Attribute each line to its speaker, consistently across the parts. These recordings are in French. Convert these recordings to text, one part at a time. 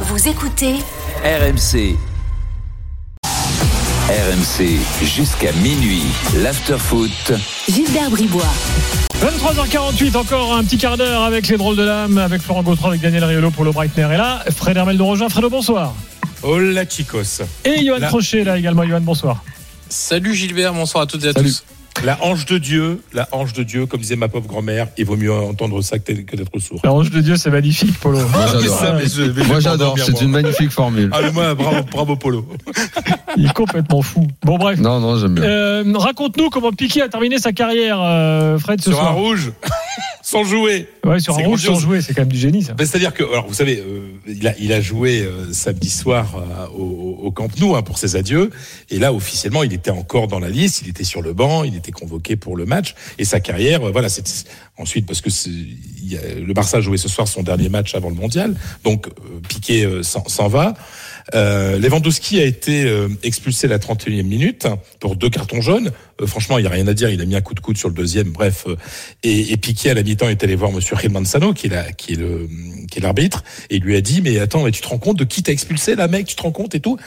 Speaker 1: Vous écoutez
Speaker 2: RMC. RMC jusqu'à minuit. L'afterfoot.
Speaker 1: Gilbert Bribois.
Speaker 3: 23h48, encore un petit quart d'heure avec les drôles de l'âme, avec Florent Gautran, avec Daniel Riolo, Paulo Breitner et là. Fred Hermel de rejoint. Fredo, bonsoir.
Speaker 4: Hola chicos.
Speaker 3: Et Johan
Speaker 4: Là.
Speaker 3: Crochet, là également. Johan, bonsoir.
Speaker 5: Salut Gilbert, bonsoir à toutes et à
Speaker 4: Salut.
Speaker 5: tous.
Speaker 4: La hanche de Dieu, la hanche de Dieu, comme disait ma pauvre grand-mère, il vaut mieux entendre ça que que d'être sourd.
Speaker 3: La hanche de Dieu, c'est magnifique, Polo.
Speaker 6: Moi
Speaker 4: Mais ça,
Speaker 6: Ah, j'adore.
Speaker 4: mais je- mais je
Speaker 6: Moi
Speaker 4: vais
Speaker 6: j'adore,
Speaker 4: m'endormir,
Speaker 6: c'est
Speaker 4: moi.
Speaker 6: une magnifique formule.
Speaker 4: Ah, mais moi, bravo, bravo Polo.
Speaker 3: Il est complètement fou. Bon, bref.
Speaker 6: Non, non, j'aime bien.
Speaker 3: Euh, Raconte-nous comment Piqué a terminé sa carrière, euh, Fred, ce
Speaker 4: Sur un
Speaker 3: soir.
Speaker 4: rouge, sans jouer.
Speaker 3: ouais, sur un
Speaker 4: C'est
Speaker 3: rouge sans
Speaker 4: grandiose.
Speaker 3: jouer, c'est quand même du génie, ça.
Speaker 4: Ben, C'est-à-dire que, alors vous savez, euh, il, a, il a joué euh, samedi soir euh, au, au Camp Nou hein, pour ses adieux. Et là, officiellement, il était encore dans la liste, il était sur le banc, il était convoqué pour le match. Et sa carrière, euh, voilà, c'est ensuite parce que c'est- il y a- le Barça jouait ce soir son dernier match avant le Mondial. Donc euh, Piqué euh, s'en s'en va. Euh, Lewandowski a été euh, expulsé la 31e minute pour deux cartons jaunes. Euh, franchement, il n'y a rien à dire. Il a mis un coup de coude sur le deuxième. Bref, euh, et, et Piqué à la mi-temps est allé voir Monsieur Gil Manzano, qui est la- qui est le, qui est l'arbitre, et il lui a dit mais attends, mais tu te rends compte de qui t'a expulsé là, mec Tu te rends compte et tout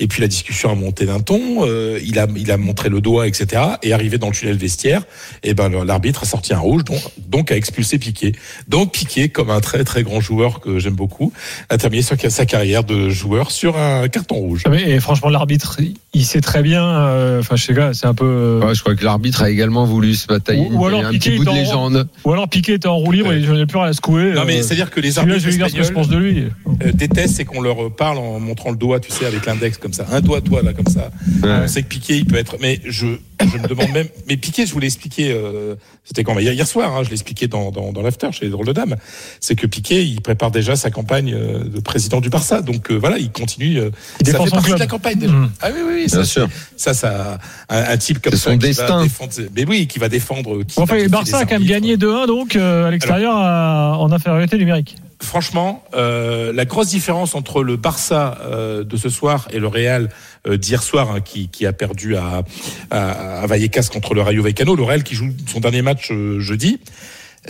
Speaker 4: Et puis la discussion a monté d'un ton. euh, il a, il a montré le doigt, etc. Et arrivé dans le tunnel vestiaire, et ben le- l'arbitre a sorti un rouge, donc, donc a expulsé Piqué. Donc Piqué, comme un très très grand joueur que j'aime beaucoup, a terminé sa, sa carrière de joueur sur un carton rouge.
Speaker 3: Ah, mais, et franchement, l'arbitre, il- il sait très bien. euh, Enfin, je sais pas, c'est un peu. euh,
Speaker 6: Ouais, je crois que l'arbitre a également voulu se batailler.
Speaker 3: Ou- ou
Speaker 6: Il y
Speaker 3: alors
Speaker 6: a un
Speaker 3: Piqué
Speaker 6: petit bout de
Speaker 3: est en-
Speaker 6: légende.
Speaker 3: Ou alors Piqué était en roue libre et j'en ai plus rien à secouer.
Speaker 4: Non mais
Speaker 3: Euh,
Speaker 4: c'est-à-dire que les
Speaker 3: celui-là,
Speaker 4: arbitres
Speaker 3: je vais lui dire ce que je
Speaker 4: espagnols-
Speaker 3: pense de lui.
Speaker 4: euh, déteste, c'est qu'on leur parle en montrant le doigt, tu sais, avec l'index comme ça, un doigt, toi là, comme ça. On sait que Piqué, il peut être. Mais je, je me demande même. Mais Piqué, je vous l'ai expliqué. euh, C'était quand Bah, hier, hier soir. hein, je l'ai expliqué dans dans, dans l'after chez les drôles de dames. C'est que Piqué, il prépare déjà sa campagne euh, de président du Barça. Donc euh, voilà, il continue. euh,
Speaker 3: Il
Speaker 4: ça
Speaker 3: défend
Speaker 4: fait
Speaker 3: son
Speaker 4: partie
Speaker 3: club.
Speaker 4: de la campagne déjà.
Speaker 3: Mm.
Speaker 4: Ah oui, oui, oui, ça,
Speaker 6: Bien sûr.
Speaker 4: ça, ça, un, un type comme
Speaker 6: C'est
Speaker 4: ça
Speaker 6: son
Speaker 4: qui
Speaker 6: destin.
Speaker 4: va défendre. Mais oui, qui va défendre. Qui
Speaker 3: Enfin,
Speaker 4: va
Speaker 3: le
Speaker 4: défendre
Speaker 3: Barça
Speaker 4: les
Speaker 3: a quand même
Speaker 4: arbitres.
Speaker 3: gagné 2-1 donc euh, à l'extérieur euh, à- en infériorité numérique.
Speaker 4: franchement, euh, la grosse différence entre le Barça euh, de ce soir et le Real euh, d'hier soir, hein, qui, qui a perdu à, à, à Vallecas contre le Rayo Vallecano, le Real qui joue son dernier match euh, jeudi,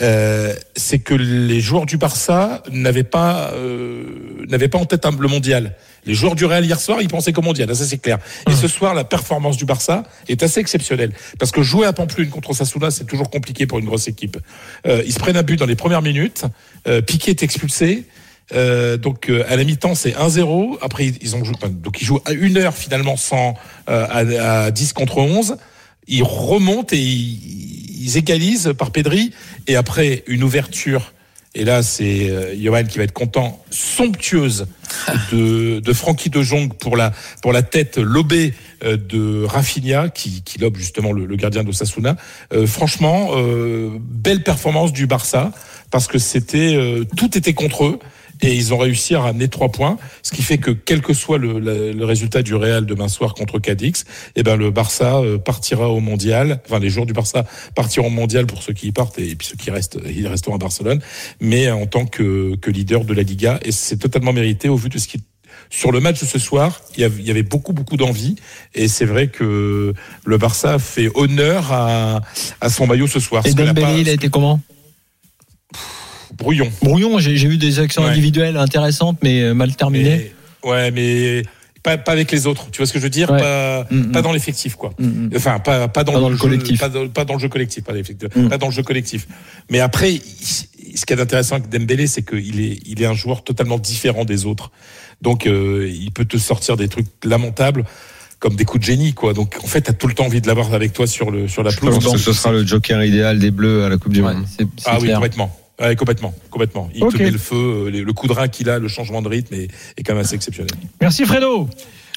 Speaker 4: euh, c'est que les joueurs du Barça n'avaient pas euh, n'avaient pas en tête un, le mondial. Les joueurs du Real hier soir, ils pensaient qu'au mondial, hein, ça c'est clair. Et ce soir, la performance du Barça est assez exceptionnelle parce que jouer à Pamplune contre Sasuna, c'est toujours compliqué pour une grosse équipe. Euh, ils se prennent un but dans les premières minutes, euh, Piqué est expulsé. Euh, donc euh, à la mi-temps c'est 1-0 après ils- ils ont joué enfin, donc ils jouent à une heure finalement sans euh, à, à 10 contre 11 ils remontent et ils, ils égalisent par Pedri et après une ouverture et là c'est euh, Johan qui va être content somptueuse de, de Francky de Jong pour la pour la tête lobée euh, de Rafinha qui, qui lobe justement le, le gardien d'Osasuna euh, franchement euh, belle performance du Barça parce que c'était euh, tout était contre eux et ils ont réussi à ramener trois points, ce qui fait que quel que soit le, le- le résultat du Real demain soir contre Cadix, eh ben le Barça euh, partira au Mondial. Enfin, les joueurs du Barça partiront au Mondial pour ceux qui y partent et, puis ceux qui restent, ils resteront à Barcelone. Mais euh, en tant que, que leader de la Liga, et c'est totalement mérité au vu de ce qui sur le match de ce soir, il y avait- il y avait beaucoup beaucoup d'envie et c'est vrai que le Barça fait honneur à, à son maillot ce soir.
Speaker 7: Et
Speaker 4: Ce que l'a pas-
Speaker 7: Dembélé, il a été comment
Speaker 4: brouillon.
Speaker 7: Brouillon, j'ai j'ai vu des actions
Speaker 4: Ouais.
Speaker 7: individuelles intéressantes, mais euh, mal terminées.
Speaker 4: Mais- ouais, mais pas, pas avec les autres. Tu vois ce que je veux dire
Speaker 7: Ouais.
Speaker 4: pas,
Speaker 7: Mm,
Speaker 4: pas
Speaker 7: mm.
Speaker 4: dans l'effectif, quoi.
Speaker 7: Mm, mm.
Speaker 4: Enfin, pas, pas, dans,
Speaker 7: Pas dans le
Speaker 4: jeu-
Speaker 7: collectif.
Speaker 4: Pas dans, pas dans le jeu collectif, pas, dans l'effectif,
Speaker 7: Mm.
Speaker 4: pas dans le jeu collectif. Mais après, il- ce qui est intéressant avec Dembélé, c'est qu'il est, il est un joueur totalement différent des autres. Donc, euh, il peut te sortir des trucs lamentables comme des coups de génie, quoi. Donc, en fait, t'as tout le temps envie de l'avoir avec toi sur le sur la
Speaker 6: Je
Speaker 4: pelouse.
Speaker 6: pense que ce sera le joker idéal des Bleus à la Coupe du
Speaker 7: Ouais,
Speaker 6: Monde.
Speaker 7: c'est c'est
Speaker 4: Ah oui,
Speaker 7: clair.
Speaker 4: complètement. Ouais, complètement, complètement. Il
Speaker 3: Ok.
Speaker 4: te met le feu, euh, les- le coup de rein qu'il a, le changement de rythme est, est quand même assez exceptionnel.
Speaker 3: Merci Fredo.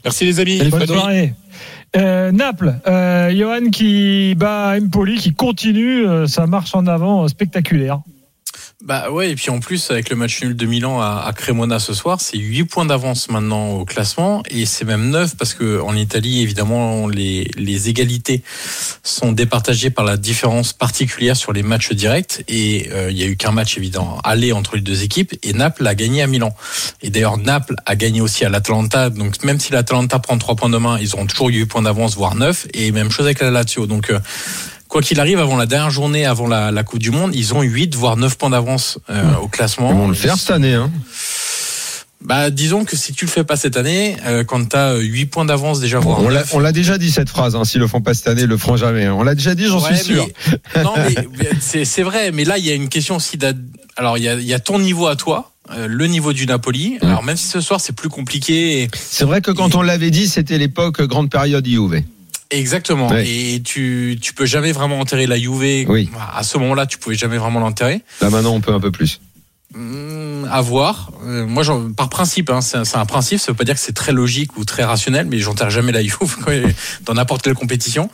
Speaker 4: Merci les amis.
Speaker 3: Bonne
Speaker 4: nuit.
Speaker 3: soirée. Euh, Naples, euh, Johan qui bat Empoli, qui continue euh, sa marche en avant euh, spectaculaire.
Speaker 5: Bah ouais, et puis en plus, avec le match nul de Milan à, à Cremona ce soir, c'est 8 points d'avance maintenant au classement, et c'est même 9 parce que en Italie, évidemment, les, les égalités sont départagées par la différence particulière sur les matchs directs, et euh, il y a eu qu'un match évident aller entre les deux équipes, et Naples a gagné à Milan. Et d'ailleurs, Naples a gagné aussi à l'Atalanta, donc même si l'Atalanta prend 3 points demain, ils auront toujours 8 points d'avance, voire 9, et même chose avec la Lazio, donc... euh, quoi qu'il arrive, avant la dernière journée, avant la, la Coupe du
Speaker 6: hein
Speaker 5: Monde, ils ont 8 voire 9 points d'avance euh, au classement.
Speaker 6: Ils vont le faire cette année. Hein.
Speaker 5: Bah, disons que si tu le fais pas cette année, euh, quand tu as 8 points d'avance déjà, voire
Speaker 6: On l'a-
Speaker 5: neuf,
Speaker 6: on l'a déjà dit cette phrase, hein, s'ils le font pas cette année, ils le feront jamais. hein. On l'a déjà dit, j'en
Speaker 5: Ouais,
Speaker 6: suis sûr.
Speaker 5: mais- non, mais c'est c'est vrai. Mais là, il y a une question aussi. d'a- Alors, il y a, il y a ton niveau à toi, euh, le niveau du Napoli. Alors, même si ce soir, c'est plus compliqué. et-
Speaker 6: C'est vrai que quand on l'avait dit, c'était l'époque grande période IUV.
Speaker 5: Exactement.
Speaker 6: Ouais.
Speaker 5: Et tu, tu peux jamais vraiment enterrer la Juve. Bah,
Speaker 6: Oui.
Speaker 5: À ce moment-là, tu pouvais jamais vraiment l'enterrer.
Speaker 6: Là maintenant, on peut un peu plus.
Speaker 5: Hum, à voir. Euh, moi, j'en- par principe, hein, c'est un- c'est un principe. Ça veut pas dire que c'est très logique ou très rationnel, mais j'enterre jamais la Juve quoi, dans n'importe quelle compétition.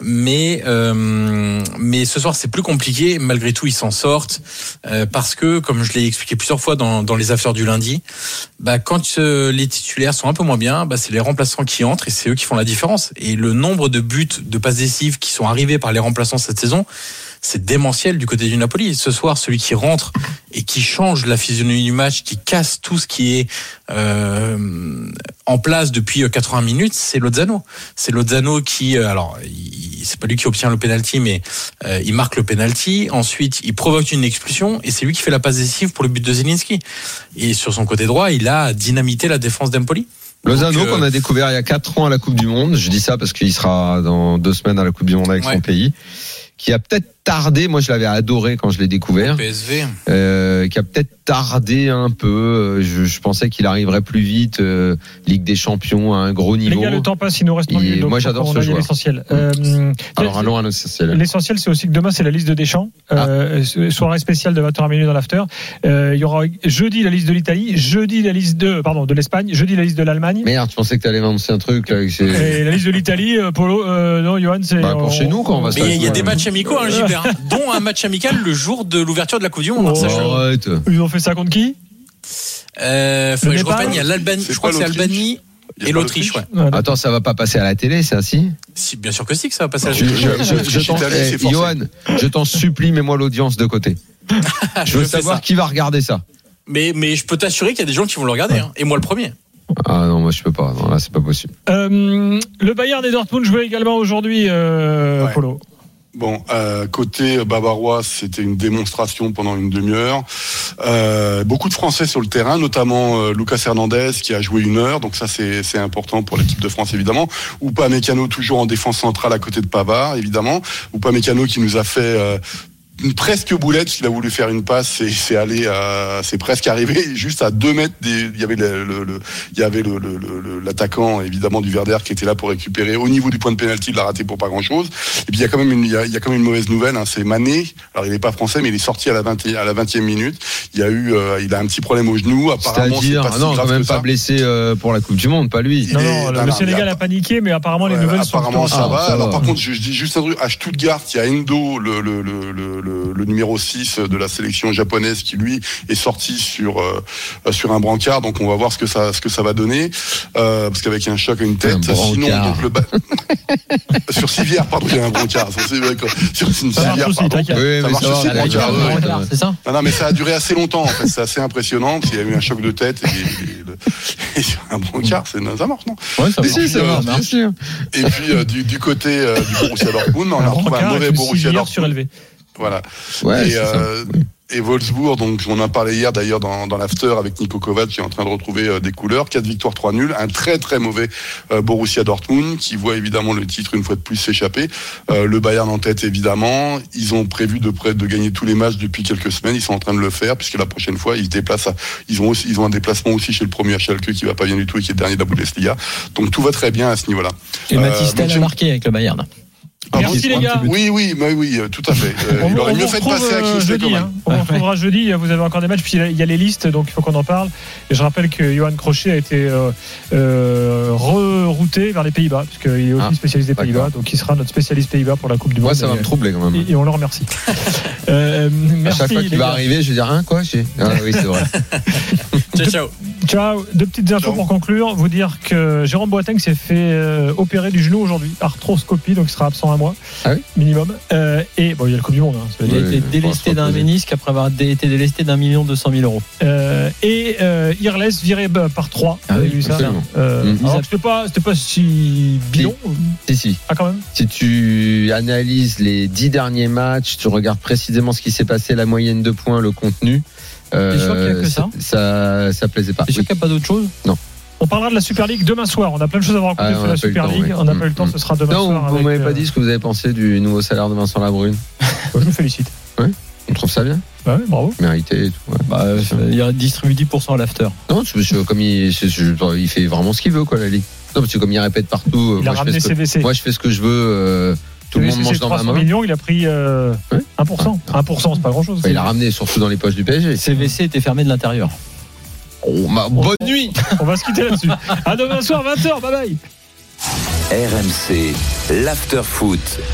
Speaker 5: Mais euh, mais ce soir, c'est plus compliqué. Malgré tout, ils s'en sortent euh, parce que, comme je l'ai expliqué plusieurs fois dans, dans les after du lundi, bah, quand euh, les titulaires sont un peu moins bien, bah, c'est les remplaçants qui entrent et c'est eux qui font la différence. Et le nombre de buts de passes décisives qui sont arrivés par les remplaçants cette saison, c'est démentiel du côté du Napoli. Ce soir, celui qui rentre et qui change la physionomie du match, qui casse tout ce qui est euh, en place depuis euh, 80 minutes, c'est Lozano. C'est Lozano qui, euh, alors, il- c'est pas lui qui obtient le penalty, mais euh, il marque le penalty. Ensuite, il provoque une expulsion et c'est lui qui fait la passe décisive pour le but de Zelinski. Et sur son côté droit, il a dynamité la défense d'Empoli.
Speaker 6: Lozano
Speaker 5: Donc, euh,
Speaker 6: qu'on a découvert il y a 4 ans à la Coupe du Monde, je dis ça parce qu'il sera dans deux semaines à la Coupe du Monde avec
Speaker 5: Ouais.
Speaker 6: son pays, qui a peut-être tardé, moi je l'avais adoré quand je l'ai découvert,
Speaker 5: PSV.
Speaker 6: euh, qui a peut-être tardé un peu, euh, je, je pensais qu'il arriverait plus vite, euh, Ligue des Champions à un gros
Speaker 3: Les
Speaker 6: niveau.
Speaker 3: gars, le temps passe, il nous reste moins
Speaker 6: Il-
Speaker 3: de minutes, donc
Speaker 6: moi,
Speaker 3: je
Speaker 6: j'adore
Speaker 3: crois
Speaker 6: ce
Speaker 3: qu'on a dit
Speaker 6: joueur.
Speaker 3: l'essentiel. Euh,
Speaker 6: Alors allons à notre essentiel.
Speaker 3: L'essentiel, c'est aussi que demain, c'est la liste de Deschamps.
Speaker 6: Ah.
Speaker 3: Euh, soirée spéciale de 20h à minuit dans l'after. Euh, il y aura jeudi la liste de l'Italie, jeudi la liste de, pardon, de l'Espagne, jeudi la liste de l'Allemagne.
Speaker 6: Merde, tu pensais que t'allais m'annoncer un truc là, avec ces-
Speaker 3: Et la liste de l'Italie, euh, Polo, euh, non, Johan, c'est.
Speaker 6: Bah, pour
Speaker 3: on-
Speaker 6: chez nous, quoi, on va se
Speaker 5: Mais il y a- il y, a des
Speaker 6: Ouais.
Speaker 5: matchs amicaux, hein, Gilbert, hein, dont un match amical le jour de l'ouverture de la Coupe du Monde. hein,
Speaker 3: Oh.
Speaker 5: sache-le.
Speaker 6: Arrête.
Speaker 3: Ils ont fait ça contre qui
Speaker 5: Euh, faudrait que je
Speaker 3: Népal
Speaker 5: reprenne, il y a l'Albanie,
Speaker 4: C'est
Speaker 5: je crois
Speaker 4: pas
Speaker 5: que c'est
Speaker 4: l'Autriche
Speaker 5: Albanie
Speaker 4: Il y a
Speaker 5: et
Speaker 4: pas
Speaker 5: l'Autriche, ouais.
Speaker 3: Ouais,
Speaker 6: Attends, ça va pas passer à la télé, ça si
Speaker 5: Si, bien sûr que si que ça va passer à la
Speaker 6: Je- je-
Speaker 5: Coupe du Monde.
Speaker 6: je- je
Speaker 4: Italie,
Speaker 6: t'en-
Speaker 4: c'est
Speaker 6: eh,
Speaker 4: forcé.
Speaker 6: Johan, je t'en supplie, mets-moi l'audience de côté. Je veux
Speaker 5: fais
Speaker 6: savoir
Speaker 5: ça.
Speaker 6: qui va regarder ça.
Speaker 5: Mais, mais je peux t'assurer qu'il y a des gens qui vont le regarder, hein, et moi le premier.
Speaker 6: Ah non, moi je peux pas. Non, là, c'est pas possible.
Speaker 3: Euh, le Bayern et Dortmund jouaient également aujourd'hui, euh,
Speaker 8: Ouais.
Speaker 3: Polo.
Speaker 8: Bon, euh, côté bavarois, c'était une démonstration pendant une demi-heure. Euh, beaucoup de Français sur le terrain, notamment euh, Lucas Hernandez qui a joué une heure, donc ça c'est c'est important pour l'équipe de France évidemment. Ou pas Mécano toujours en défense centrale à côté de Pavard évidemment. Ou pas Mécano qui nous a fait euh, une presque boulette, parce qu'il a voulu faire une passe et c'est allé, à- c'est presque arrivé juste à deux mètres. Des, il y avait le, le- le- il y avait le- le- le- le- l'attaquant évidemment du Verder qui était là pour récupérer. Au niveau du point de pénalty, il l'a raté pour pas grand chose. Et puis il y a quand même une, il y a, il y a quand même une mauvaise nouvelle. hein, c'est Mané. Alors il n'est pas français, mais il est sorti à la 20 à la 20e minute. Il y a eu, euh, il a un petit problème au genou. Apparemment, c'est
Speaker 6: C'est-à-dire,
Speaker 8: pas
Speaker 6: ah
Speaker 8: si
Speaker 6: non,
Speaker 8: grave
Speaker 6: quand même
Speaker 8: que
Speaker 6: pas
Speaker 8: ça.
Speaker 6: blessé euh, pour la Coupe du Monde, pas lui.
Speaker 8: Il
Speaker 3: Non,
Speaker 8: est-
Speaker 3: non, le-
Speaker 8: non,
Speaker 3: le
Speaker 8: non,
Speaker 3: Sénégal
Speaker 8: il
Speaker 3: a...
Speaker 8: a-
Speaker 3: paniqué, mais apparemment les
Speaker 8: Ouais,
Speaker 3: nouvelles sont.
Speaker 8: apparemment
Speaker 3: plutôt-
Speaker 8: ça
Speaker 6: Ah,
Speaker 8: va.
Speaker 6: ça
Speaker 8: Alors
Speaker 6: va.
Speaker 8: par contre, je, je dis juste un truc. À Stuttgart, il y a Endo, le, le, le, le, le- le numéro 6 de la sélection japonaise, qui lui est sorti sur euh, sur un brancard. Donc on va voir ce que ça ce que ça va donner, Euh, parce qu'avec un choc à une tête.
Speaker 6: Un
Speaker 8: sinon,
Speaker 6: brancard.
Speaker 8: donc, le ba- sur civière, pardon, il y a un brancard. Sur Civière, quoi. Sur une
Speaker 3: Ah, Ça marche
Speaker 8: civière,
Speaker 3: aussi,
Speaker 8: pardon.
Speaker 3: t'inquiète.
Speaker 6: Oui,
Speaker 8: Ça
Speaker 6: mais
Speaker 8: marche
Speaker 6: ça va,
Speaker 8: aussi,
Speaker 6: la
Speaker 8: Brancard,
Speaker 6: Coupe du
Speaker 8: ouais.
Speaker 6: Monde,
Speaker 7: Regarde, c'est ça
Speaker 8: Non, non, mais ça a duré assez longtemps. En fait, c'est assez impressionnant. Parce qu'il y a eu un choc de tête et, et le- et sur un brancard, c'est ça marche, non
Speaker 7: Ouais, ça
Speaker 8: Mais
Speaker 7: va.
Speaker 6: Si, ça
Speaker 8: euh,
Speaker 6: marche, bien sûr.
Speaker 8: Et puis euh, du, du côté euh, du Borussia Dortmund, on a
Speaker 3: Un
Speaker 8: retrouvé un
Speaker 3: brancard
Speaker 8: mauvais
Speaker 3: avec une
Speaker 8: Borussia
Speaker 3: civière
Speaker 8: Dortmund.
Speaker 3: surélevée.
Speaker 8: Voilà.
Speaker 6: Ouais,
Speaker 8: et,
Speaker 6: c'est ça.
Speaker 8: euh, et Wolfsburg, donc on en parlait hier d'ailleurs dans, dans l'after avec Nico Kovac qui est en train de retrouver euh, des couleurs. 4 victoires, 3 nuls. Un très très mauvais euh, Borussia Dortmund qui voit évidemment le titre une fois de plus s'échapper. Euh, le Bayern en tête évidemment. Ils ont prévu de près de gagner tous les matchs depuis quelques semaines. Ils sont en train de le faire puisque la prochaine fois ils se déplacent. à- ils ont aussi, ils ont un déplacement aussi chez le premier à Schalke qui va pas bien du tout et qui est dernier de la Bundesliga. Donc tout va très bien à ce niveau-là.
Speaker 7: Et
Speaker 8: Euh,
Speaker 7: Mathis Tell
Speaker 8: donc,
Speaker 7: a
Speaker 8: je-
Speaker 7: marqué avec le Bayern.
Speaker 3: Merci les gars.
Speaker 8: Oui, oui, mais oui, euh, tout à fait. Euh,
Speaker 3: On
Speaker 8: il
Speaker 3: vous-
Speaker 8: aurait
Speaker 3: on
Speaker 8: mieux
Speaker 3: vous
Speaker 8: fait de
Speaker 3: retrouve,
Speaker 8: passer à
Speaker 3: euh,
Speaker 8: Kingsley
Speaker 3: jeudi.
Speaker 8: Coman.
Speaker 3: hein. On vous retrouvera jeudi. Vous avez encore des matchs. Puis il y a les listes, donc il faut qu'on en parle. Et je rappelle que Johan Crochet a été euh, euh, rerouté vers les Pays-Bas, parce qu'il est aussi
Speaker 6: Ah,
Speaker 3: spécialiste des Pays-Bas.
Speaker 6: d'accord.
Speaker 3: Donc il sera notre spécialiste Pays-Bas pour la Coupe du
Speaker 6: Moi,
Speaker 3: Monde.
Speaker 6: ça va
Speaker 3: Et-
Speaker 6: me troubler quand même.
Speaker 3: et, et on le remercie. Euh,
Speaker 6: À
Speaker 3: merci.
Speaker 6: chaque fois qu'il
Speaker 3: les
Speaker 6: va
Speaker 3: gars.
Speaker 6: arriver, je vais dire, hein, quoi j'ai- Ah oui, c'est vrai.
Speaker 5: Ciao, ciao.
Speaker 3: Ciao. Deux petites infos
Speaker 8: Ciao.
Speaker 3: pour conclure. Vous dire que Jérôme Boateng s'est fait euh, opérer du genou aujourd'hui, arthroscopie, donc il sera absent un mois
Speaker 6: Ah oui
Speaker 3: minimum. Euh, et bon, il y a le Coupe du Monde. hein, ça veut
Speaker 7: Il a
Speaker 3: dire.
Speaker 6: Oui, on
Speaker 7: été
Speaker 6: va se
Speaker 7: délesté d'un
Speaker 6: reposer.
Speaker 7: ménisque après avoir dé- été délesté d'un million deux cent mille euros.
Speaker 3: Euh, et euh, Irles viré bah, par 3
Speaker 6: Ah oui,
Speaker 3: vu ça
Speaker 6: absolument.
Speaker 3: Euh,
Speaker 6: Mm.
Speaker 3: alors que c'était pas c'était pas si bidon.
Speaker 6: Si, si.
Speaker 3: Ah quand même.
Speaker 6: Si tu analyses les dix derniers matchs, tu regardes précisément ce qui s'est passé, la moyenne de points, le contenu, Euh,
Speaker 7: T'es sûr qu'il y a que ça
Speaker 6: ça ça plaisait pas.
Speaker 7: T'es sûr
Speaker 6: Oui.
Speaker 7: qu'il n'y a pas d'autre chose
Speaker 3: On parlera de la Super League demain soir. On a plein de choses à vous raconter
Speaker 6: Ah, on
Speaker 3: sur la
Speaker 6: a pas eu le
Speaker 3: Super
Speaker 6: temps,
Speaker 3: League.
Speaker 6: oui.
Speaker 3: On n'a pas eu le temps,
Speaker 6: Mm,
Speaker 3: ce sera demain
Speaker 6: Non,
Speaker 3: soir.
Speaker 6: vous
Speaker 3: avec,
Speaker 6: m'avez
Speaker 3: euh,
Speaker 6: pas dit ce que vous avez pensé du nouveau salaire de Vincent Labrune.
Speaker 3: Je vous félicite.
Speaker 6: On trouve ça bien,
Speaker 3: Bah oui, bravo.
Speaker 6: mérité et tout. ouais.
Speaker 7: bah, euh, Il distribue 10% à l'after.
Speaker 6: Non, parce que comme il, c'est- c'est- il fait vraiment ce qu'il veut quoi la ligue. Non, parce que comme il répète partout, euh,
Speaker 3: Il a
Speaker 6: moi, je fais
Speaker 3: ramené
Speaker 6: ce que,
Speaker 3: CVC.
Speaker 6: moi, je fais ce que je veux. euh, tout le
Speaker 3: Oui,
Speaker 6: monde
Speaker 3: c'est-
Speaker 6: mange
Speaker 3: c'est
Speaker 6: dans ma
Speaker 3: 300
Speaker 6: main.
Speaker 3: millions, il a pris euh,
Speaker 6: Ouais.
Speaker 3: 1%. 1%, c'est pas grand chose.
Speaker 6: Enfin, il a ramené surtout dans les poches du PSG.
Speaker 7: CVC était fermé de l'intérieur.
Speaker 6: Oh, ma- bonne nuit.
Speaker 3: On va se quitter là-dessus. À demain soir, 20h. Bye bye.
Speaker 2: RMC, l'after foot.